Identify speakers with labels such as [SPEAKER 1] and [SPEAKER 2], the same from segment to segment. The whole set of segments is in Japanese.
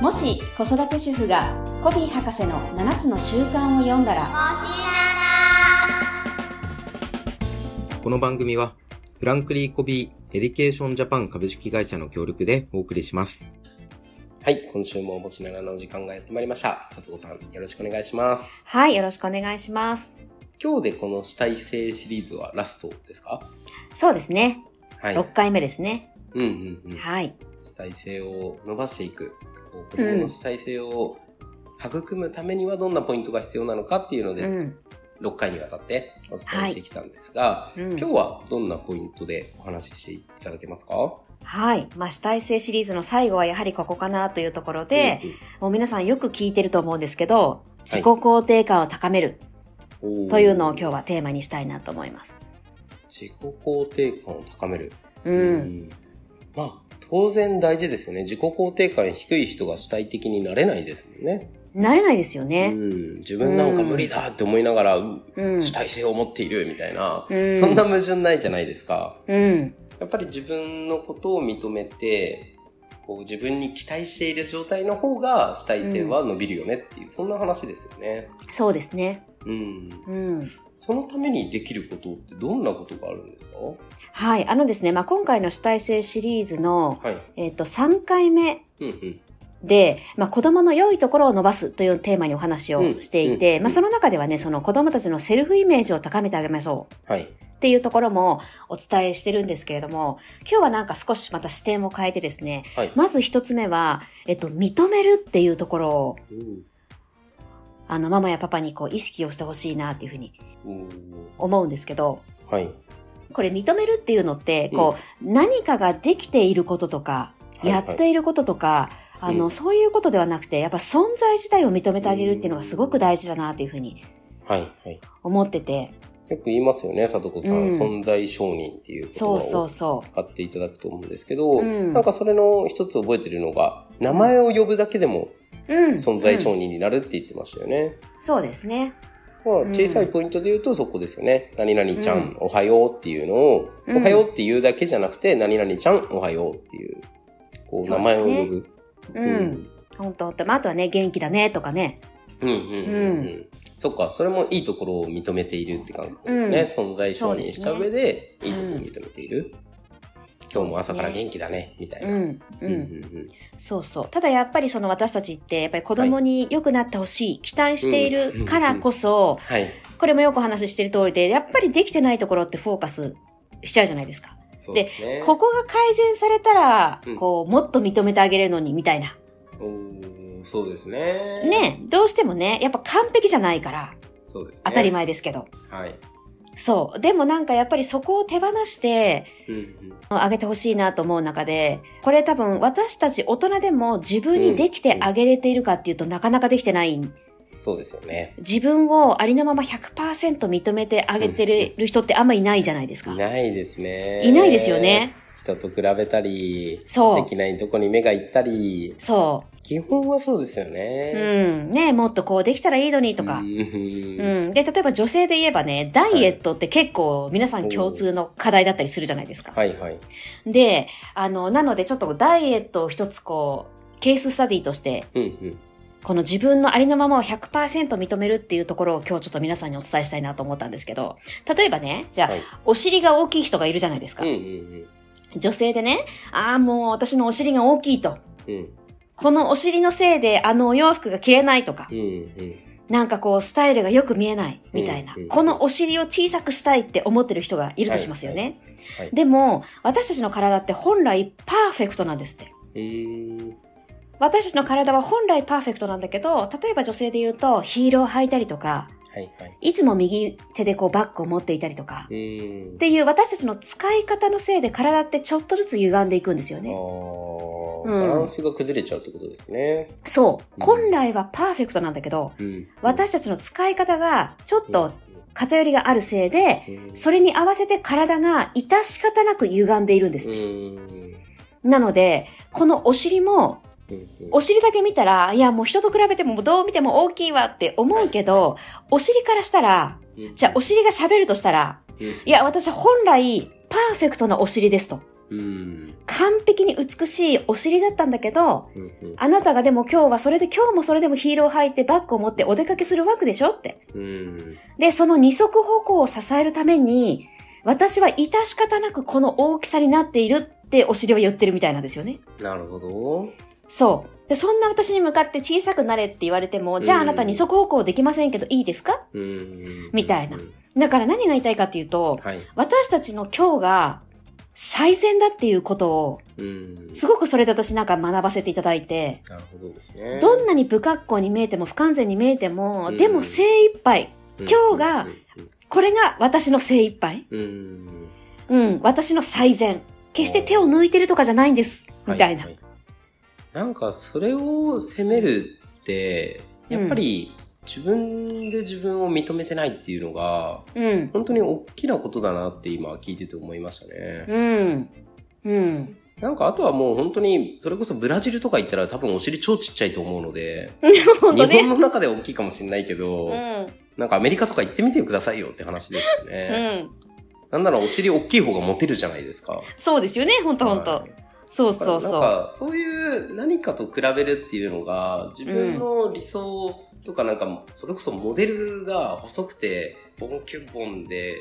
[SPEAKER 1] もし子育て主婦がコビー博士の7つの習慣を読んだら
[SPEAKER 2] この番組は、フランクリー・コビー・エディケーション・ジャパン株式会社の協力でお送りします。はい、今週もおぼしながらのお時間がやってまいりました。さつこさん、よろしくお願いします。
[SPEAKER 3] はい、よろしくお願いします。
[SPEAKER 2] 今日でこの主体性シリーズはラストですか
[SPEAKER 3] そうですね。
[SPEAKER 2] はい。
[SPEAKER 3] 6回目ですね。
[SPEAKER 2] うんうんうん。
[SPEAKER 3] はい。
[SPEAKER 2] 主体性を伸ばしていく。こう子供の主体性を育むためにはどんなポイントが必要なのかっていうの
[SPEAKER 3] う
[SPEAKER 2] で、
[SPEAKER 3] ん。
[SPEAKER 2] 6回にわたってお伝えしてきたんですが、
[SPEAKER 3] うん、
[SPEAKER 2] 今日はどんなポイントでお話ししていただけますか
[SPEAKER 3] はい。まあ、主体性シリーズの最後はやはりここかなというところで、、もう皆さんよく聞いてると思うんですけど、自己肯定感を高める
[SPEAKER 2] うんうん
[SPEAKER 3] というのを今日はテーマにしたいなと思います。
[SPEAKER 2] 自己肯定感を高める。
[SPEAKER 3] う。
[SPEAKER 2] うんまあ、当然大事ですよね。自己肯定感低い人が主体的になれないですもんね。
[SPEAKER 3] 慣れないですよ
[SPEAKER 2] う
[SPEAKER 3] ね。
[SPEAKER 2] ん。自分なんか無理だって思いながら、う
[SPEAKER 3] うん。
[SPEAKER 2] 主体性を持っているみたいな、
[SPEAKER 3] うん。
[SPEAKER 2] そんな矛盾ないじゃないですか。
[SPEAKER 3] うん。
[SPEAKER 2] やっぱり自分のことを認めて、こう自分に期待している状態の方が主体性は伸びるよねっていう、そんな話ですよね。
[SPEAKER 3] そうですね。
[SPEAKER 2] うん。
[SPEAKER 3] うん。
[SPEAKER 2] そのためにできることってどんなことがあるんですかは
[SPEAKER 3] はい。あのですね、まあ、今回の主体性シリーズの、
[SPEAKER 2] い。
[SPEAKER 3] えっ、と、3回目
[SPEAKER 2] うんうん。
[SPEAKER 3] で、まあ、子供の良いところを伸ばすというテーマにお話をしていて、
[SPEAKER 2] うん
[SPEAKER 3] まあ、その中ではね、その子供たちのセルフイメージを高めてあげましょう
[SPEAKER 2] はい。
[SPEAKER 3] っていうところもお伝えしてるんですけれども、今日はなんか少しまた視点を変えてですね、
[SPEAKER 2] はい
[SPEAKER 3] まず一つ目は、えっと、認めるっていうところを、
[SPEAKER 2] うん
[SPEAKER 3] あの、ママやパパにこう意識をしてほしいなっていうふうに
[SPEAKER 2] うん
[SPEAKER 3] 思うんですけど、
[SPEAKER 2] はい。
[SPEAKER 3] これ認めるっていうのって、こう、何かができていることとか、やっ
[SPEAKER 2] はい
[SPEAKER 3] ていることとか、あの、
[SPEAKER 2] うん
[SPEAKER 3] そういうことではなくて、やっぱ存在自体を認めてあげるっていうのがすごく大事だなっていうふうに
[SPEAKER 2] はい、はいはい。
[SPEAKER 3] 思ってて、
[SPEAKER 2] よく言いますよね、さとこさん。
[SPEAKER 3] うん
[SPEAKER 2] 存在承認っていう言葉
[SPEAKER 3] そうそう
[SPEAKER 2] を
[SPEAKER 3] そ
[SPEAKER 2] 使っていただくと思うんですけど、
[SPEAKER 3] うん
[SPEAKER 2] なんかそれの一つ覚えてるのが、名前を呼ぶだけでも
[SPEAKER 3] う。うん。
[SPEAKER 2] 存在承
[SPEAKER 3] うん
[SPEAKER 2] 認になるって言ってましたよね。
[SPEAKER 3] そうですね。
[SPEAKER 2] まあ、
[SPEAKER 3] ん
[SPEAKER 2] 小さいポイントで言うとそこですよね。何々ちゃん、
[SPEAKER 3] うん
[SPEAKER 2] おはようっていうのを、
[SPEAKER 3] うん
[SPEAKER 2] おはようっていうだけじゃなくて、何々ちゃん、おはようっていう、こう、
[SPEAKER 3] そう
[SPEAKER 2] 名
[SPEAKER 3] で
[SPEAKER 2] 前
[SPEAKER 3] す
[SPEAKER 2] を
[SPEAKER 3] ね
[SPEAKER 2] 呼ぶ。
[SPEAKER 3] うん。本当本当まあ、あとはね、元気だねとかね。
[SPEAKER 2] うんうんうんう
[SPEAKER 3] うん
[SPEAKER 2] そっか、それもいいところを認めているって感覚ですね。存在承認した上で、いいところを認めている。今日も朝から元気だね、みたいうな。
[SPEAKER 3] ん。う
[SPEAKER 2] うんうん
[SPEAKER 3] ん。そうそう。ただやっぱりその私たちって、やっぱり子供に良くなってほしい、期待しているからこそ、
[SPEAKER 2] はい。
[SPEAKER 3] これもよくお話ししてる通りで、やっぱりできてないところってフォーカスしちゃうじゃないですか。
[SPEAKER 2] そうですね
[SPEAKER 3] ここが改善されたら
[SPEAKER 2] うん、
[SPEAKER 3] こう、もっと認めてあげれるのに、みたいな。
[SPEAKER 2] おーそうですね。
[SPEAKER 3] ね、どうしてもね、やっぱ完璧じゃないから、
[SPEAKER 2] そうですね。
[SPEAKER 3] 当たり。前ですけど。
[SPEAKER 2] はい。
[SPEAKER 3] そう。でもなんかやっぱりそこを手放して、
[SPEAKER 2] うんうん
[SPEAKER 3] あげてほしいなと思う中で、これ多分私たち大人でも自分にできてあげれているかっていうとなかなかできてない。
[SPEAKER 2] そうですよね。
[SPEAKER 3] 自分をありのまま100%認めてあげてる人ってあんまいないじゃないです
[SPEAKER 2] い
[SPEAKER 3] か。
[SPEAKER 2] ないですね。
[SPEAKER 3] いないですよ。ね。
[SPEAKER 2] 人と比べたり、
[SPEAKER 3] そ
[SPEAKER 2] で
[SPEAKER 3] う
[SPEAKER 2] き。ないとこに目が行ったり、
[SPEAKER 3] そ
[SPEAKER 2] 基本はそうですよ
[SPEAKER 3] う。
[SPEAKER 2] ね。
[SPEAKER 3] うん。ねもっとこうできたらいいのにとか。
[SPEAKER 2] うん。
[SPEAKER 3] うん。で、例えば女性で言えばね、ダイエットって結構皆さん共通の課題だったりするじゃないですか。
[SPEAKER 2] はいはい。
[SPEAKER 3] で、あの、なのでちょっとダイエットを一つこう、ケーススタディとして、
[SPEAKER 2] うんうん。
[SPEAKER 3] この自分のありのままを100%認めるっていうところを今日ちょっと皆さんにお伝えしたいなと思ったんですけど、例えばね、じゃあ、
[SPEAKER 2] はい
[SPEAKER 3] お尻が大きい人がいるじゃないですか。
[SPEAKER 2] うんうん
[SPEAKER 3] 女性でね、ああ、もう私のお尻が大きいと。
[SPEAKER 2] うん。うん
[SPEAKER 3] このお尻のせいであのお洋服が着れないとか
[SPEAKER 2] う、んうん。
[SPEAKER 3] なんかこう、スタイルがよく見えない、みたいな。
[SPEAKER 2] うんうん
[SPEAKER 3] このお尻を小さくしたいって思ってる人がいるとしますよね。
[SPEAKER 2] はいはい
[SPEAKER 3] でも、私たちの体って本来パーフェクトなんですって。
[SPEAKER 2] うーん。
[SPEAKER 3] 私たちの体は本来パーフェクトなんだけど、例えば女性で言うと、ヒールを履いたりとか、
[SPEAKER 2] はいはい。
[SPEAKER 3] いつも右手でこうバッグを持っていたりとか、
[SPEAKER 2] うー
[SPEAKER 3] っ
[SPEAKER 2] ん。
[SPEAKER 3] ていう私たちの使い方のせいで体ってちょっとずつ歪んでいくんですよ
[SPEAKER 2] あ
[SPEAKER 3] ね。
[SPEAKER 2] ー
[SPEAKER 3] うん
[SPEAKER 2] バランスが崩れちゃうってことですね。
[SPEAKER 3] そう。
[SPEAKER 2] うん
[SPEAKER 3] 本来はパーフェクトなんだけど、
[SPEAKER 2] うん。
[SPEAKER 3] 私たちの使い方がちょっと偏りがあるせいで、
[SPEAKER 2] うん、うん
[SPEAKER 3] それに合わせて体が致し方なく歪んでいるんで
[SPEAKER 2] う
[SPEAKER 3] す。
[SPEAKER 2] ーん。
[SPEAKER 3] なので、このお尻も、
[SPEAKER 2] うん
[SPEAKER 3] お尻だけ見たら、いや、もう人と比べてもどう見ても大きいわって思うけど、お尻からしたら、じゃあお尻が喋るとしたら、
[SPEAKER 2] うん
[SPEAKER 3] いや、私本来、パーフェクトなお尻ですと。
[SPEAKER 2] ううん。
[SPEAKER 3] 完璧に美しいお尻だったんだけど、
[SPEAKER 2] うんうん
[SPEAKER 3] あなたがでも今日はそれで、今日もそれでもヒールを履いてバッグを持ってお出かけするわけでしょって。
[SPEAKER 2] うん。
[SPEAKER 3] で、その二足歩行を支えるために、私は致し方なくこの大きさになっているってお尻は言ってるみたいなんですよね。
[SPEAKER 2] なるほど。
[SPEAKER 3] そう。で、そんな私に向かって小さくなれって言われても、
[SPEAKER 2] ん
[SPEAKER 3] じゃああなた二足歩行できませんけどいいですか
[SPEAKER 2] うん。
[SPEAKER 3] みたいな
[SPEAKER 2] うん
[SPEAKER 3] だから何が言いたいかっていうと、
[SPEAKER 2] はい。
[SPEAKER 3] 私たちの今日が最善だっていうことを、
[SPEAKER 2] うん。
[SPEAKER 3] すごくそれで私なんか学ばせていただいて、
[SPEAKER 2] なるほどですね。
[SPEAKER 3] どんなに不格好に見えても不完全に見えても、
[SPEAKER 2] うん
[SPEAKER 3] でも精一杯。今日がこれが私の精一杯。
[SPEAKER 2] うん、うん。
[SPEAKER 3] うん、私の最善。決して手を抜いてるとかじゃないんです。みたいな。
[SPEAKER 2] ははなんかそれを責めるってやっぱり自分で自分を認めてないっていうのが
[SPEAKER 3] うん。
[SPEAKER 2] 本当に大きなことだなって今聞いてて思いましたね。
[SPEAKER 3] うん。うん。
[SPEAKER 2] なんかあとはもう本当にそれこそブラジルとか行ったら多分お尻超ちっちゃいと思うので、
[SPEAKER 3] 本当
[SPEAKER 2] 日本
[SPEAKER 3] ね。
[SPEAKER 2] の中では大きいかもしれないけど、
[SPEAKER 3] うん。
[SPEAKER 2] なんかアメリカとか行ってみてくださいよって話ですよ
[SPEAKER 3] う
[SPEAKER 2] ね。
[SPEAKER 3] ん。
[SPEAKER 2] なんならお尻大きい方がモテるじゃないですか。
[SPEAKER 3] そうですよね。本当本
[SPEAKER 2] は
[SPEAKER 3] 当
[SPEAKER 2] い
[SPEAKER 3] そうそう
[SPEAKER 2] なん
[SPEAKER 3] そう。
[SPEAKER 2] かそういう何かと比べるっていうのが自分の理想とかなんかそれこそモデルが細くてボンキュンボンで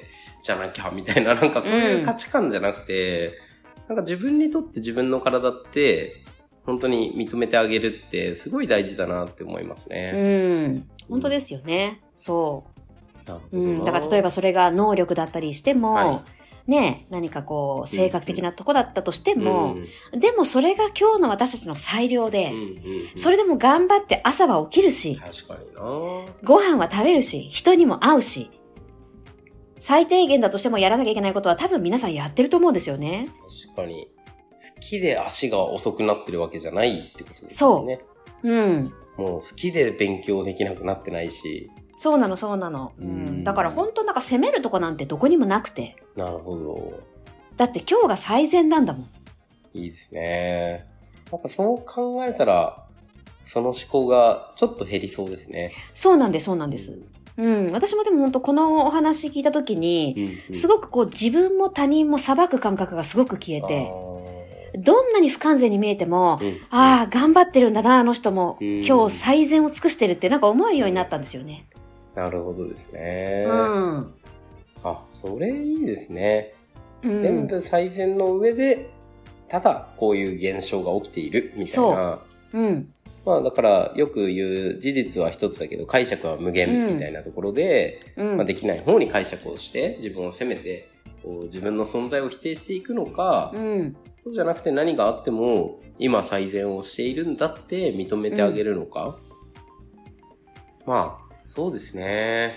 [SPEAKER 2] じゃなきゃみたいな なんかそういう価値観じゃなくて、なんか自分にとって自分の体って本当に認めてあげるってすごい大事だなって思います
[SPEAKER 3] う
[SPEAKER 2] ね。
[SPEAKER 3] ん。本当ですよね。そ
[SPEAKER 2] なるほ
[SPEAKER 3] う。
[SPEAKER 2] どな
[SPEAKER 3] うん。だから例えば、それが能力だったりしても、
[SPEAKER 2] は
[SPEAKER 3] ね何かこう、性格的なとこだったとして
[SPEAKER 2] うん
[SPEAKER 3] も、
[SPEAKER 2] うん
[SPEAKER 3] でもそれが今日の私たちの最良で、
[SPEAKER 2] うんうん
[SPEAKER 3] それでも頑張って朝は起きるし、
[SPEAKER 2] 確かにな
[SPEAKER 3] ご飯は食べるし、人にも会うし、最低限だとしてもやらなきゃいけないことは多分皆さんやってると思うんですよね。
[SPEAKER 2] 確かに好きで足が遅くなってるわけじゃないってことですよね。
[SPEAKER 3] うん。
[SPEAKER 2] もう好きで勉強できなくなってないし。
[SPEAKER 3] そうなの、そうなの。う
[SPEAKER 2] うん
[SPEAKER 3] ん。だから本当なんか責めるとこなんてどこにもなくて。
[SPEAKER 2] なるほど。
[SPEAKER 3] だって今日が最善なんだもん。
[SPEAKER 2] いいですね。なんかそう考えたら、その思考がちょっと減りそうですね。
[SPEAKER 3] そうなんです、そうなんです。うん。私もでも本当このお話聞いた時に、す
[SPEAKER 2] く
[SPEAKER 3] ごくこう自分も他人も裁く感覚がすごく消えて、どんなに不完全に見えても、ああ、頑張ってるんだな、あの人も。
[SPEAKER 2] うん
[SPEAKER 3] 今日最善を尽くしてるってなんか思えるようになったんですよね。
[SPEAKER 2] なるほどですね。
[SPEAKER 3] うん。
[SPEAKER 2] あ、それいいですね。
[SPEAKER 3] うん
[SPEAKER 2] 全部最善の上で、ただこういう現象が起きているみたい
[SPEAKER 3] そ
[SPEAKER 2] な。
[SPEAKER 3] うん。
[SPEAKER 2] まあだからよく言う事実は一つだけど解釈は無限みたいなところで、
[SPEAKER 3] うん。
[SPEAKER 2] まあ、できない方に解釈をして自分を責めてこう自分の存在を否定していくのか、
[SPEAKER 3] うん。
[SPEAKER 2] そうじゃなくて何があっても今最善をしているんだって認めてあげるのか、まあそうですね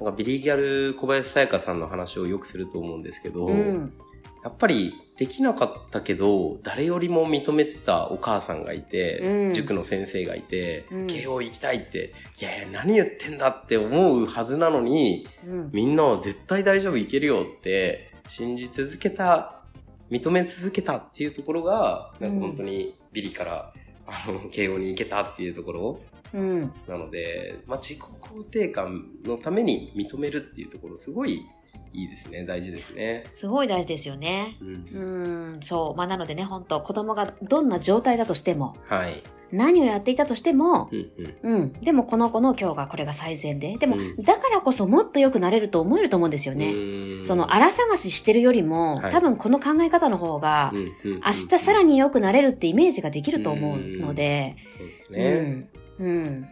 [SPEAKER 2] なんかビリギャル小林さやかさんの話をよくすると思うんですけど、
[SPEAKER 3] うん。
[SPEAKER 2] やっぱりできなかったけど誰よりも認めてたお母さんがいて、
[SPEAKER 3] うん
[SPEAKER 2] 塾の先生がいて、
[SPEAKER 3] うん
[SPEAKER 2] 慶応行きたいっていやいや何言ってんだって思うはずなのに
[SPEAKER 3] うん。
[SPEAKER 2] みんなは絶対大丈夫いけるよって信じ続けた、認め続けたっていうところが、なんか本当にビリから、あの、慶応に行けたっていうところ
[SPEAKER 3] うん。
[SPEAKER 2] なので、まあ、自己肯定感のために認めるっていうところ、すごいいいですね。大事ですね。
[SPEAKER 3] すごい大事ですよね。
[SPEAKER 2] うん。
[SPEAKER 3] うん。そう。まあ、なのでね、本当子供がどんな状態だとしても、
[SPEAKER 2] はい。
[SPEAKER 3] 何をやっていたとしても
[SPEAKER 2] う、んうん。
[SPEAKER 3] うん。でもこの子の今日がこれが最善で。でも、
[SPEAKER 2] うん
[SPEAKER 3] だからこそもっと良くなれると思えると思うんですよね。
[SPEAKER 2] ね
[SPEAKER 3] その、荒探ししてるよりも、
[SPEAKER 2] はい
[SPEAKER 3] 多分この考え方の方が、
[SPEAKER 2] 明
[SPEAKER 3] 明日さらに良くなれるってイメージができると思うので、
[SPEAKER 2] そうです
[SPEAKER 3] う
[SPEAKER 2] ね。
[SPEAKER 3] ん。うん。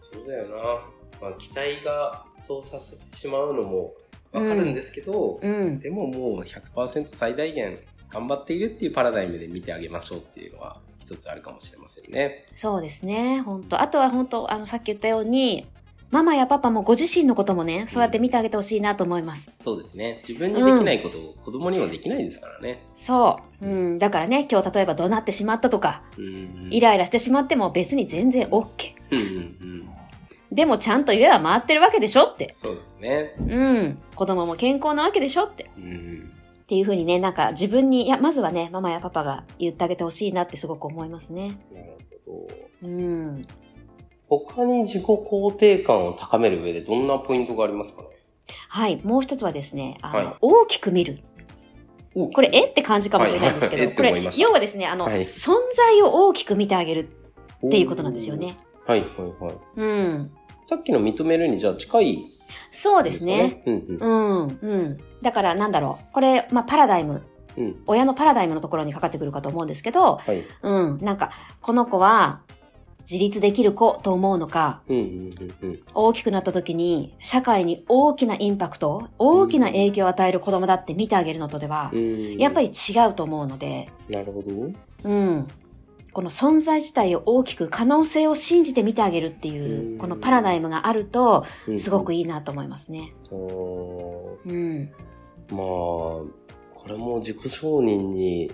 [SPEAKER 2] そうだよな。まあ、期待がそうさせてしまうのもわかるんですけど、
[SPEAKER 3] うん。
[SPEAKER 2] でももう100%最大限頑張っているっていうパラダイムで見てあげましょうっていうのは一つあるかもしれませんね。
[SPEAKER 3] そうですね、本当。あとは本当、あの、さっき言ったように、ママやパパもご自身のこともね、そうやって見てあげてほしいなと思います。
[SPEAKER 2] そうですね。自分にできないことを子供にはできないですからね。
[SPEAKER 3] そう。うん。だからね、今日例えば怒鳴ってしまったとか、
[SPEAKER 2] うんうん。
[SPEAKER 3] イライラしてしまっても別に全然 OK。
[SPEAKER 2] うんうんうん。
[SPEAKER 3] でもちゃんと家は回ってるわけでしょって。
[SPEAKER 2] そうですね。
[SPEAKER 3] うん。子供も健康なわけでしょって。
[SPEAKER 2] うんうん。
[SPEAKER 3] っていうふうにね、なんか自分に、いや、まずはね、ママやパパが言ってあげてほしいなってすごく思いますね。
[SPEAKER 2] なるほど。
[SPEAKER 3] うん。
[SPEAKER 2] 他に自己肯定感を高める上でどんなポイントがありますかね
[SPEAKER 3] はい。もう一つはですね、あの、
[SPEAKER 2] はい
[SPEAKER 3] 大きく見る。
[SPEAKER 2] 大きく
[SPEAKER 3] これ、えって感じかもしれないんですけど、
[SPEAKER 2] はいえって
[SPEAKER 3] こ
[SPEAKER 2] 思い
[SPEAKER 3] れ
[SPEAKER 2] ま、した
[SPEAKER 3] 要はですね、あの、
[SPEAKER 2] はい
[SPEAKER 3] 存在を大きく見てあげるっていうことなんですよ。ね。
[SPEAKER 2] はい、はい、はい。
[SPEAKER 3] うん。
[SPEAKER 2] さっきの認めるにじゃあ近い
[SPEAKER 3] そうで
[SPEAKER 2] ですす
[SPEAKER 3] ね。
[SPEAKER 2] ね。うんうん
[SPEAKER 3] うん、うん。だから、なんだろう。これ、まあ、パラダイム。
[SPEAKER 2] うん。
[SPEAKER 3] 親のパラダイムのところにかかってくるかと思うんですけど、
[SPEAKER 2] はい。
[SPEAKER 3] うん。なんか、この子は、自立できる子と思うのか、
[SPEAKER 2] うんうんうんうん。
[SPEAKER 3] 大きくなった時に、社会に大きなインパクト、大きな影響を与える子供だって見てあげるのとでは、
[SPEAKER 2] うん
[SPEAKER 3] やっぱり違うと思うので、
[SPEAKER 2] なるほど。
[SPEAKER 3] うん。この存在自体を大きく可能性を信じて見てあげるっていうう、
[SPEAKER 2] ん
[SPEAKER 3] このパラダイムがあると、
[SPEAKER 2] うん
[SPEAKER 3] すごくいいなと思いますね。
[SPEAKER 2] あー
[SPEAKER 3] うん。
[SPEAKER 2] まあ、これも自己承認に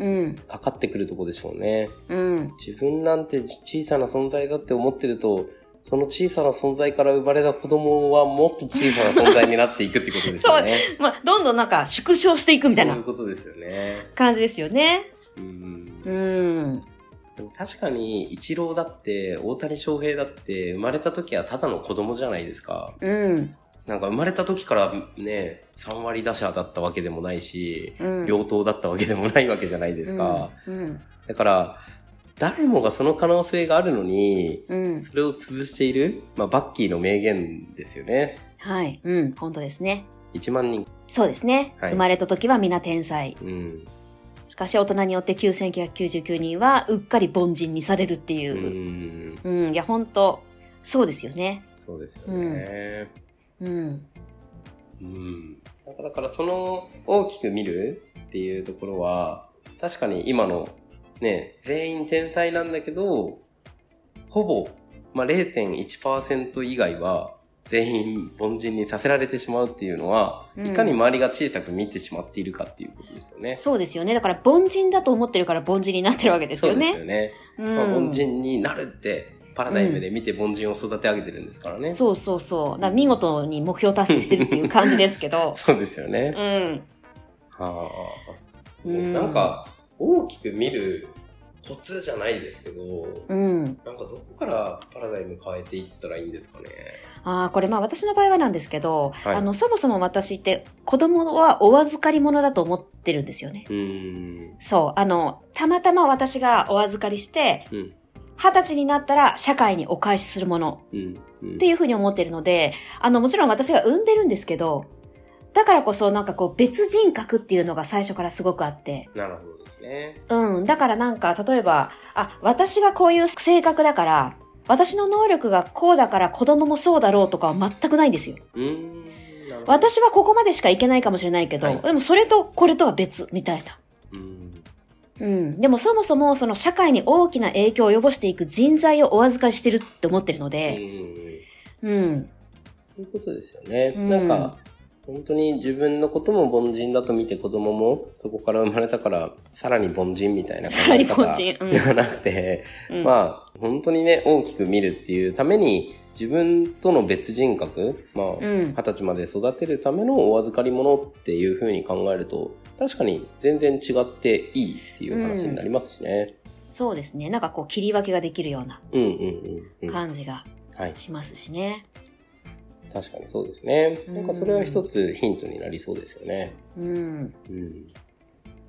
[SPEAKER 3] うん。
[SPEAKER 2] かかってくるとこでしょうね。
[SPEAKER 3] うん。
[SPEAKER 2] 自分なんて小さな存在だって思ってると、その小さな存在から生まれた子供はもっと小さな存在になっていくってことです よね。
[SPEAKER 3] まあ、どんどんなんか縮小していくみたい
[SPEAKER 2] そうい
[SPEAKER 3] な
[SPEAKER 2] うことですよね。
[SPEAKER 3] 感じですよね。
[SPEAKER 2] うん
[SPEAKER 3] うん。
[SPEAKER 2] でも確かに、イチローだって、大谷翔平だって、生まれた時はただの子供じゃないですか。
[SPEAKER 3] うん。
[SPEAKER 2] なんか生まれた時からね、3割打者だったわけでもないし、
[SPEAKER 3] うん。
[SPEAKER 2] 両党だったわけでもないわけじゃないですか。
[SPEAKER 3] うん。
[SPEAKER 2] だから、誰もがその可能性があるのに、
[SPEAKER 3] うん。
[SPEAKER 2] それを潰している、まあ、バッキーの名言ですよね。
[SPEAKER 3] はい。うん。本当ですね。
[SPEAKER 2] 1万人。
[SPEAKER 3] そうですね。
[SPEAKER 2] はい
[SPEAKER 3] 生まれた時は皆天才。
[SPEAKER 2] うん。
[SPEAKER 3] しかし大人によって9999人はうっかり凡人にされるっていうう。
[SPEAKER 2] ん。
[SPEAKER 3] うん、いや、本当そうですよね。
[SPEAKER 2] そうですよね。
[SPEAKER 3] うん。
[SPEAKER 2] うん。なんかだから、その、大きく見るっていうところは、確かに今の、ね、全員天才なんだけど、ほぼ、まあ、0.1%以外は、全員凡人にさせられてしまうっていうのは、
[SPEAKER 3] うん
[SPEAKER 2] いかに周りが小さく見てしまっているかっていうことですよね。
[SPEAKER 3] そうですよね。だから凡人だと思ってるから凡人になってるわけですよ
[SPEAKER 2] そうです
[SPEAKER 3] ね。
[SPEAKER 2] よね。
[SPEAKER 3] う
[SPEAKER 2] まあ、
[SPEAKER 3] ん
[SPEAKER 2] 凡。人になるってパラダイムで見て凡人を育て上げてるんですからね。
[SPEAKER 3] そうそうそう。だから見事に目標達成してるっていう感じですけど。
[SPEAKER 2] そうですよね
[SPEAKER 3] う。ん。
[SPEAKER 2] はあ、
[SPEAKER 3] うん
[SPEAKER 2] なんか大きく見るコツじゃないですけど、
[SPEAKER 3] うん。
[SPEAKER 2] なんかどこからパラダイム変えていったらいいんですかね。
[SPEAKER 3] ああ、これまあ私の場合はなんですけど、
[SPEAKER 2] はい
[SPEAKER 3] あの、そもそも私って子供はお預かり物だと思ってるんですよね。
[SPEAKER 2] うーん。
[SPEAKER 3] そう。あの、たまたま私がお預かりして、
[SPEAKER 2] うん。
[SPEAKER 3] 二十歳になったら社会にお返しするもの
[SPEAKER 2] うん。うん
[SPEAKER 3] っていうふうに思ってるので、あの、もちろん私が産んでるんですけど、だからこそなんかこう別人格っていうのが最初からすごくあって、
[SPEAKER 2] なるほどですね。
[SPEAKER 3] うん。だからなんか、例えば、あ、私がこういう性格だから、私の能力がこうだから子供もそうだろうとかは全くないんですよ。
[SPEAKER 2] うーん。なるほど。
[SPEAKER 3] 私はここまでしかいけないかもしれないけど、
[SPEAKER 2] はい
[SPEAKER 3] でもそれとこれとは別みたいな。
[SPEAKER 2] うん。
[SPEAKER 3] うん。でもそもそもその社会に大きな影響を及ぼしていく人材をお預かりしてるって思ってるの
[SPEAKER 2] うん
[SPEAKER 3] で、うん。
[SPEAKER 2] そういうことですよね。
[SPEAKER 3] うん
[SPEAKER 2] なんか、本当に自分のことも凡人だと見て子供もそこから生まれたから、さらに凡人みたいな考
[SPEAKER 3] さら
[SPEAKER 2] え
[SPEAKER 3] に
[SPEAKER 2] 方
[SPEAKER 3] 凡人。
[SPEAKER 2] ではなくて、
[SPEAKER 3] うん。あ、
[SPEAKER 2] まあ、本当にね、大きく見るっていうために、自分との別人格、まあ、
[SPEAKER 3] う
[SPEAKER 2] 二
[SPEAKER 3] ん。
[SPEAKER 2] 十歳まで育てるためのお預かり物っていうふうに考えると、確かに全然違っていいっていう話になりますしね。
[SPEAKER 3] そうですね。なんかこう切り分けができるような
[SPEAKER 2] うん、うん、うんうん。は
[SPEAKER 3] 感じが
[SPEAKER 2] い。
[SPEAKER 3] しますしね。
[SPEAKER 2] 確かにそうですね。
[SPEAKER 3] うん
[SPEAKER 2] なんかそれは一つヒントになりそうですよね。
[SPEAKER 3] うん。
[SPEAKER 2] うん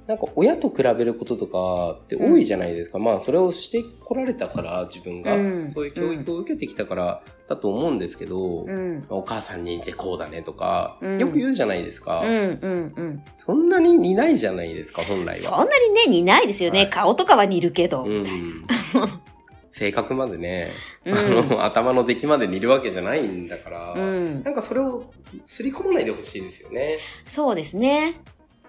[SPEAKER 2] なんか親と比べることとかって多いじゃないですか、まあそれをしてこられたから自分が、
[SPEAKER 3] うん
[SPEAKER 2] そういう教育を受けてきたからだと思うんですけど、
[SPEAKER 3] うん。
[SPEAKER 2] お母さんにいてこうだねとか、
[SPEAKER 3] うん
[SPEAKER 2] よく言うじゃないですか、
[SPEAKER 3] うんうんうん。
[SPEAKER 2] そんなに似ないじゃないですか本来
[SPEAKER 3] そ
[SPEAKER 2] は、
[SPEAKER 3] んなにね、似ないですよね。
[SPEAKER 2] はい
[SPEAKER 3] 顔とかは似るけど。
[SPEAKER 2] うん 性格までね、
[SPEAKER 3] う
[SPEAKER 2] あ
[SPEAKER 3] ん。
[SPEAKER 2] の頭の出来まで似るわけじゃないんだから、
[SPEAKER 3] うん
[SPEAKER 2] なんかそれを刷り込まないでほしいですよね、
[SPEAKER 3] そうですね。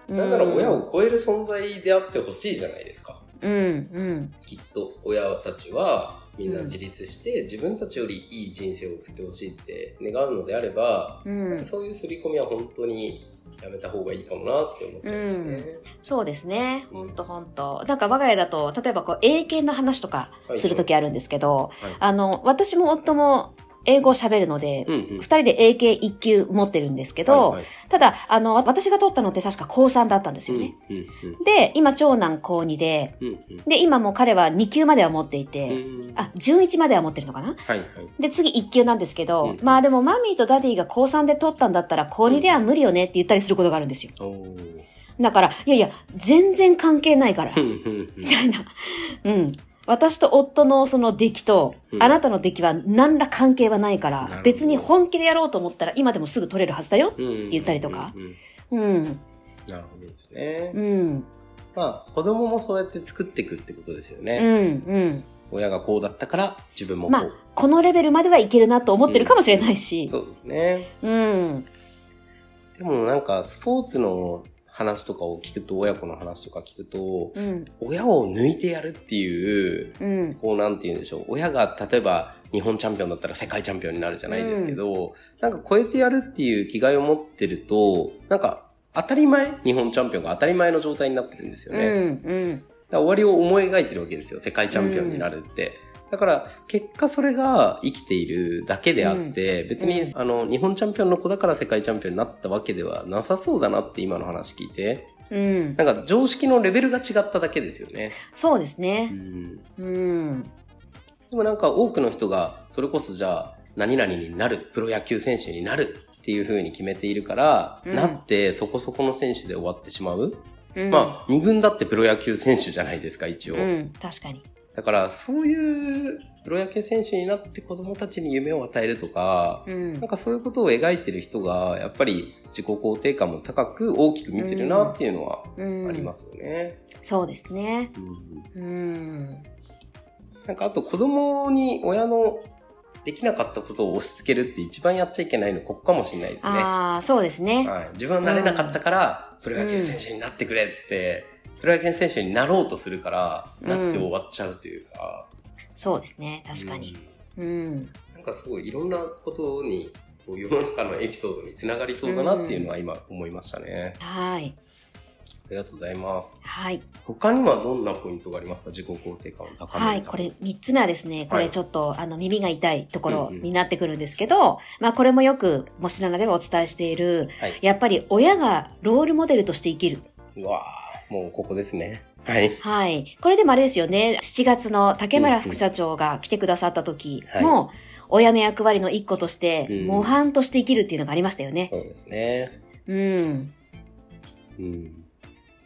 [SPEAKER 2] なんなら親を超える存在であってほしいじゃないですか
[SPEAKER 3] うん。うん。
[SPEAKER 2] きっと親たちはみんな自立して自分たちよりいい人生を送ってほしいって願うのであれば、
[SPEAKER 3] うん。うん。
[SPEAKER 2] そういう刷り込みは本当にやめた方がいいかもなって思っちゃいますね。
[SPEAKER 3] そうですね。ほんとほんと。なんか我が家だと、例えばこう、英検の話とかするときあるんですけど、
[SPEAKER 2] はい
[SPEAKER 3] あの、私も夫も英語を喋るので、
[SPEAKER 2] うんう
[SPEAKER 3] 二
[SPEAKER 2] ん。
[SPEAKER 3] 人で英検一級持ってるんですけど、
[SPEAKER 2] はいはい
[SPEAKER 3] ただ、あの、私が取ったのって確か高3だったんですよね。
[SPEAKER 2] うんうん
[SPEAKER 3] で、今長男高2で、
[SPEAKER 2] うんうん
[SPEAKER 3] で、今もう彼は2級までは持ってい
[SPEAKER 2] うん
[SPEAKER 3] て、
[SPEAKER 2] うん
[SPEAKER 3] あ、11までは持ってるのかな
[SPEAKER 2] はいはい。
[SPEAKER 3] で、次1級なんですけど、
[SPEAKER 2] うん
[SPEAKER 3] まあでもマミーとダディが高3で取ったんだったら高2では無理よねって言ったりすることがあるんですよ。
[SPEAKER 2] おー
[SPEAKER 3] だから、いやいや、全然関係ないから
[SPEAKER 2] う、んうんうん
[SPEAKER 3] みたいな。うん。私と夫のその出来と、
[SPEAKER 2] うん
[SPEAKER 3] あなたの出来は何ら関係はないか
[SPEAKER 2] なるほ
[SPEAKER 3] ら
[SPEAKER 2] ど、
[SPEAKER 3] 別に本気でやろうと思ったら今でもすぐ取れるはずだよ。
[SPEAKER 2] うん
[SPEAKER 3] 言ったりとか
[SPEAKER 2] うんうんうん
[SPEAKER 3] うん。
[SPEAKER 2] なるほどですね。
[SPEAKER 3] うん。
[SPEAKER 2] まあ、子供もそうやって作っていくってことですよ
[SPEAKER 3] うん。
[SPEAKER 2] ね。
[SPEAKER 3] うん。
[SPEAKER 2] 親がこうだったから、自分もこう。
[SPEAKER 3] まあ、このレベルまではいけるなと思ってるかもしれないし。
[SPEAKER 2] そうですね。
[SPEAKER 3] うん。
[SPEAKER 2] でもなんか、スポーツの話とかを聞くと、親子の話とか聞くと、
[SPEAKER 3] うん。
[SPEAKER 2] 親を抜いてやるっていう、
[SPEAKER 3] うん。
[SPEAKER 2] こうなんて言うんでしょう。親が例えば日本チャンピオンだったら世界チャンピオンになるじゃないですけど、なんか超えてやるっていう気概を持ってると、なんか当たり前日本チャンピオンが当たり前の状態になってるんですよ
[SPEAKER 3] う
[SPEAKER 2] ね。だか
[SPEAKER 3] ん。うん。
[SPEAKER 2] ら終わりを思い描いてるわけですよ。世界チャンピオンになるって。だから、結果それが生きているだけであって、別に、
[SPEAKER 3] うん
[SPEAKER 2] あの、日本チャンピオンの子だから世界チャンピオンになったわけではなさそうだなって今の話聞いて、
[SPEAKER 3] うん。
[SPEAKER 2] なんか常識のレベルが違っただけですよね。
[SPEAKER 3] そうです
[SPEAKER 2] う
[SPEAKER 3] ね。
[SPEAKER 2] ん
[SPEAKER 3] うん。
[SPEAKER 2] でもなんか多くの人が、それこそじゃあ、何々になる、プロ野球選手になるっていう風に決めているから、
[SPEAKER 3] うん
[SPEAKER 2] なってそこそこの選手で終わってしまう。
[SPEAKER 3] うん。
[SPEAKER 2] まあ、二軍だってプロ野球選手じゃないですか、一応。
[SPEAKER 3] うん。確かに。
[SPEAKER 2] だから、そういうプロ野球選手になって子供たちに夢を与えるとか、
[SPEAKER 3] うん
[SPEAKER 2] なん。かそういうことを描いてる人が、やっぱり自己肯定感も高く大きく見てるなっていうのは
[SPEAKER 3] うん。
[SPEAKER 2] ありますよね。
[SPEAKER 3] そうですね。
[SPEAKER 2] うん
[SPEAKER 3] うん。
[SPEAKER 2] なんかあと子供に親のできなかったことを押し付けるって一番やっちゃいけないのここかもしれないですね。は
[SPEAKER 3] ああ、そうですね。
[SPEAKER 2] い、自分はなれなかったから、プロ野球選手になってくれって、プロ野球選手になろうとするから、
[SPEAKER 3] うん
[SPEAKER 2] なって終わっちゃうというか。
[SPEAKER 3] そうですね。確かに。うん。
[SPEAKER 2] うん。なんかすごいいろんなことに、こう世の中のエピソードにつながりそうだなっていうのは今思いましたね。
[SPEAKER 3] はい。
[SPEAKER 2] ありがとうございます。
[SPEAKER 3] はい。
[SPEAKER 2] 他にはどんなポイントがありますか自己肯定感を高めるために。
[SPEAKER 3] はい。これ、三つ目はですね、こ
[SPEAKER 2] は
[SPEAKER 3] れ
[SPEAKER 2] い
[SPEAKER 3] ちょっと、あの、耳が痛いところ
[SPEAKER 2] うんうん
[SPEAKER 3] になってくるんですけど、まあ、これもよく、もしながではお伝えしている、
[SPEAKER 2] はい
[SPEAKER 3] やっぱり親がロールモデルとして生きる。
[SPEAKER 2] うわーもうここですね。はい。
[SPEAKER 3] はい。これでもあれですよね、7月の竹村副社長が来てくださった時も、親の役割の一個として、
[SPEAKER 2] うん
[SPEAKER 3] 模範として生きるっていうのがありましたよね。
[SPEAKER 2] そうですね。
[SPEAKER 3] うん。
[SPEAKER 2] うん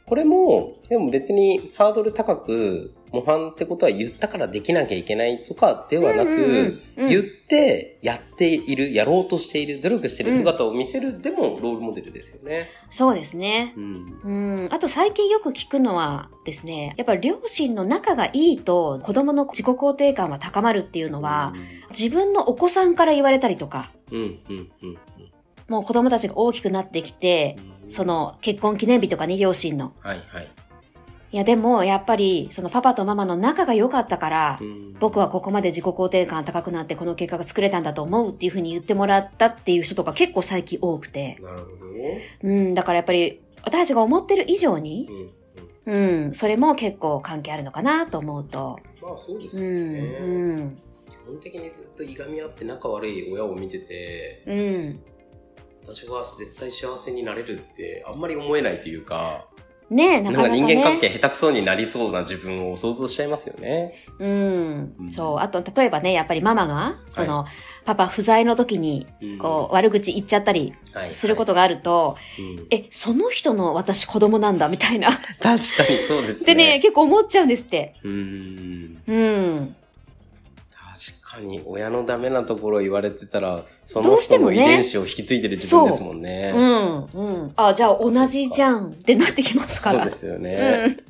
[SPEAKER 2] これも、でも別にハードル高く、模範ってことは言ったからできなきゃいけないとかではなく、
[SPEAKER 3] うんうんうん
[SPEAKER 2] 言ってやっている、やろうとしている、努力している姿を見せる、でもロールモデルですよね。
[SPEAKER 3] そうですね。
[SPEAKER 2] うん。
[SPEAKER 3] うん。あと最近よく聞くのはですね、やっぱり両親の仲がいいと子供の自己肯定感は高まるっていうのは、自分のお子さんから言われたりとか、
[SPEAKER 2] うん、うん、うん、
[SPEAKER 3] もう子供たちが大きくなってきて、
[SPEAKER 2] うん。
[SPEAKER 3] そ、の結婚記念日とかね、両親の。
[SPEAKER 2] はい、はい。
[SPEAKER 3] いやでもやっぱりそのパパとママの仲が良かったから、僕
[SPEAKER 2] は、
[SPEAKER 3] はここまで自己肯定感高くなってこの結果が作れたんだと思うっていうふうに言ってもらったっていう人とか結構最近多くて。
[SPEAKER 2] なるほど。
[SPEAKER 3] うん、だからやっぱり私たちが思ってる以上に
[SPEAKER 2] う、ん、うん。
[SPEAKER 3] うん、それも結構関係あるのかなと思うと。
[SPEAKER 2] まあそうです
[SPEAKER 3] う
[SPEAKER 2] よ
[SPEAKER 3] ん、
[SPEAKER 2] ね。
[SPEAKER 3] うん、
[SPEAKER 2] 基本的にずっといがみ合って仲悪い親を見てて、
[SPEAKER 3] うん。
[SPEAKER 2] 私は絶対幸せになれるってあんまり思えないというか、
[SPEAKER 3] ねえ、な
[SPEAKER 2] な
[SPEAKER 3] んかな
[SPEAKER 2] か
[SPEAKER 3] か、ね。
[SPEAKER 2] 人間関係下手くそになりそうな自分を想像しちゃいますよね。
[SPEAKER 3] う
[SPEAKER 2] うん
[SPEAKER 3] ん。そう。あと、例えばね、やっぱりママが、その、パパ不在の時に、こう、悪口言っちゃったり
[SPEAKER 2] うん、はい
[SPEAKER 3] することがあると、
[SPEAKER 2] うん
[SPEAKER 3] え、その人の私子供なんだ、みたいな。
[SPEAKER 2] 確かにそうですね。
[SPEAKER 3] でね、結構思っちゃうんですって。
[SPEAKER 2] うん。
[SPEAKER 3] うん。
[SPEAKER 2] 確かに親のダメなところを言われてたら、そ
[SPEAKER 3] ど
[SPEAKER 2] の
[SPEAKER 3] うして
[SPEAKER 2] 人
[SPEAKER 3] も
[SPEAKER 2] の遺
[SPEAKER 3] ね
[SPEAKER 2] 伝子を引き継いでる自分ですもんね。
[SPEAKER 3] うん、うん。あ、じゃあ同じじゃんってなってきますか
[SPEAKER 2] そう
[SPEAKER 3] ら。
[SPEAKER 2] ですよ
[SPEAKER 3] う
[SPEAKER 2] ね。
[SPEAKER 3] ん。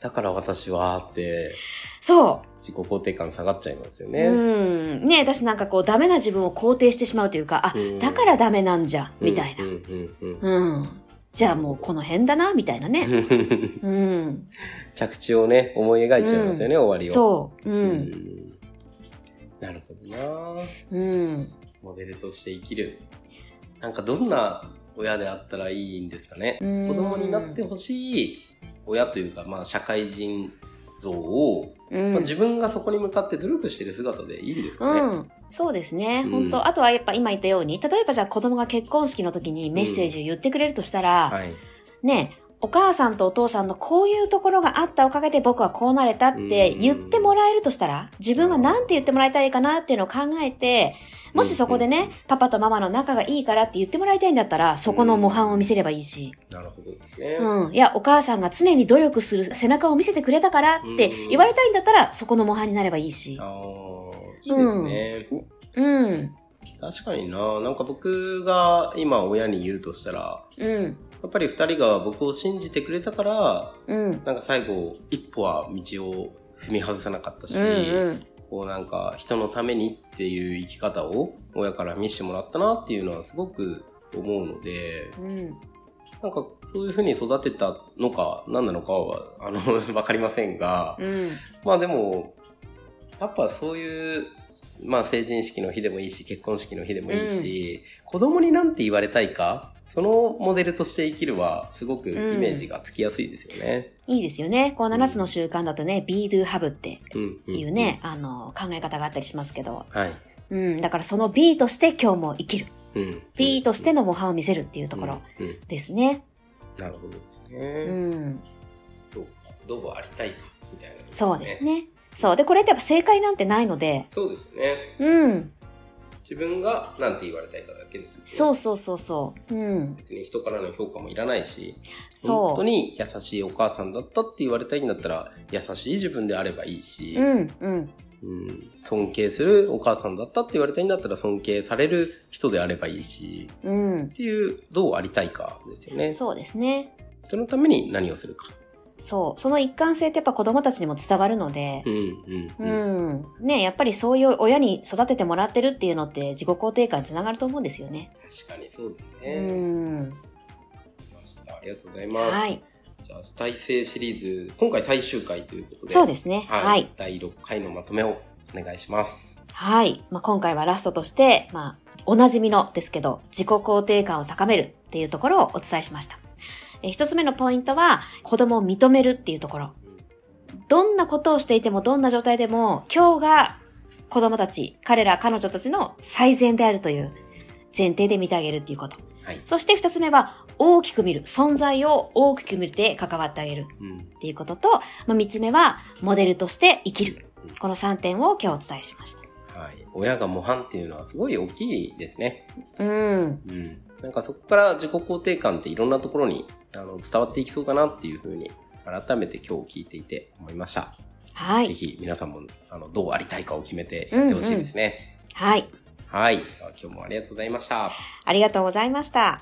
[SPEAKER 2] だから私はって
[SPEAKER 3] そ
[SPEAKER 2] 自己肯定感下がっちゃいますよ
[SPEAKER 3] う。
[SPEAKER 2] ね。
[SPEAKER 3] うん。ね私なんかこう、ダメな自分を肯定してしまうというか、あ
[SPEAKER 2] うん、
[SPEAKER 3] だからダメなんじゃ、みたいな
[SPEAKER 2] う。んうんうんうん
[SPEAKER 3] うん。じゃあもうこの辺だな、みたいなね。うん。
[SPEAKER 2] 着地をね、思い描いちゃいますよね、終わりを。
[SPEAKER 3] そう。う。
[SPEAKER 2] うんんなるほどな
[SPEAKER 3] うん。
[SPEAKER 2] モデルとして生きるなんかどんな親であったらいいんですかね
[SPEAKER 3] 子
[SPEAKER 2] 子供になって、ほしい親というか、まあ、社会人像を、
[SPEAKER 3] うん
[SPEAKER 2] まあ、自分がそこに向かって努力してる姿でいいんですかね、
[SPEAKER 3] うん。そうですね。
[SPEAKER 2] うん
[SPEAKER 3] 本当あとはやっぱ今言ったように、例えばじゃあ子供が結婚式の時にメッセージを言ってくれるとしたら、
[SPEAKER 2] はい
[SPEAKER 3] ね、お母さんとお父さんのこういうところがあったおかげで僕はこうなれたって言ってもらえるとしたら、自分は何て言ってもらいたいかなっていうのを考えて、もしそこでね、パパとママの仲がいいからって言ってもらいたいんだったら、そこの模範を見せればいいし。
[SPEAKER 2] なるほどですね。
[SPEAKER 3] うん。いや、お母さんが常に努力する背中を見せてくれたからって言われたいんだったら、そこの模範になればいいし
[SPEAKER 2] あ。あ、いいですね。
[SPEAKER 3] うん。
[SPEAKER 2] 確かにな。なんか僕が今親に言うとしたら、
[SPEAKER 3] うん。
[SPEAKER 2] やっぱり二人が僕を信じてくれたから、
[SPEAKER 3] うん。
[SPEAKER 2] なんか最後、一歩は道を踏み外さなかったし、
[SPEAKER 3] うんうん。
[SPEAKER 2] こうなんか人のためにっていう生き方を親から見せてもらったなっていうのはすごく思うので、
[SPEAKER 3] うん。
[SPEAKER 2] なんかそういうふうに育てたのか何なのかは、あの、 わかりませんが、
[SPEAKER 3] うん。
[SPEAKER 2] まあでも、やっぱそういう、まあ成人式の日でもいいし、結婚式の日でもいいし、子供になんて言われたいか、そのモデルとして生きるは、すごくイ
[SPEAKER 3] うん
[SPEAKER 2] メージがつきやすいですよね。
[SPEAKER 3] いいですよね。こう7つの習慣だとね、be do have って
[SPEAKER 2] うん。ん
[SPEAKER 3] いうね、。あの、考え方があったりしますけど。
[SPEAKER 2] はい。
[SPEAKER 3] うん。だからその B として今日も生きる。
[SPEAKER 2] うん。
[SPEAKER 3] B としての模範を見せるっていうところ
[SPEAKER 2] うん。うん。
[SPEAKER 3] ですね。
[SPEAKER 2] なるほどです
[SPEAKER 3] う
[SPEAKER 2] ね。
[SPEAKER 3] ん。
[SPEAKER 2] そう。どうありたいか、みたいなところ。
[SPEAKER 3] そうですね。そう。で、これってやっぱ正解なんてないので、
[SPEAKER 2] そうですね。
[SPEAKER 3] うん。
[SPEAKER 2] 自分がなんて言われたいかだけですよね
[SPEAKER 3] そうそうそうそう。うん。
[SPEAKER 2] 別に人からの評価もいらないし、本当
[SPEAKER 3] そ
[SPEAKER 2] に優しいお母さんだったって言われたいんだったら優しい自分であればいいし、
[SPEAKER 3] う。うん。うん。
[SPEAKER 2] うん尊敬するお母さんだったって言われたいんだったら尊敬される人であればいいし
[SPEAKER 3] うん
[SPEAKER 2] っ。ていうどうありたいかですよね
[SPEAKER 3] そうですね。
[SPEAKER 2] そのために何をするか
[SPEAKER 3] そう。その一貫性ってやっぱ子供たちにも伝わるので
[SPEAKER 2] う、んうん
[SPEAKER 3] う
[SPEAKER 2] うん、
[SPEAKER 3] ん。ねやっぱりそういう親に育ててもらってるっていうのって自己肯定感につながると思うんですよね。
[SPEAKER 2] 確かにそうです
[SPEAKER 3] う
[SPEAKER 2] ね、わか
[SPEAKER 3] ん。
[SPEAKER 2] りましたありがとうございます、
[SPEAKER 3] はい。
[SPEAKER 2] じゃあ主体性シリーズ今回最終回ということで
[SPEAKER 3] そうですね。
[SPEAKER 2] はい、
[SPEAKER 3] はい。
[SPEAKER 2] 第6回のまとめをお願いします
[SPEAKER 3] はい。まあ、今回はラストとして、まあ、おなじみのですけど、自己肯定感を高めるっていうところをお伝えしました。えー一つ目のポイントは、子供を認めるっていうところ。どんなことをしていても、どんな状態でも、今日が子供たち、彼ら、彼女たちの最善であるという前提で見てあげるっていうこと。
[SPEAKER 2] はい、
[SPEAKER 3] そして二つ目は、大きく見る。存在を大きく見て関わってあげる。
[SPEAKER 2] うん
[SPEAKER 3] っていうことと、まあ、3つ目は、モデルとして生きる。この3点を今日お伝えしまし
[SPEAKER 2] はい、親が模範っていうのはすごい大きいですね
[SPEAKER 3] た。うん。
[SPEAKER 2] うん、なんかそこから自己肯定感っていろんなところにあの伝わっていきそうだなっていうふうに改めて今日聞いていて思いました、
[SPEAKER 3] は
[SPEAKER 2] ぜ
[SPEAKER 3] い。
[SPEAKER 2] ひ皆さんもあのどうありたいかを決めてやってほしいですね、
[SPEAKER 3] はい。
[SPEAKER 2] はいでは今日もありがとうございました
[SPEAKER 3] ありがとうございました。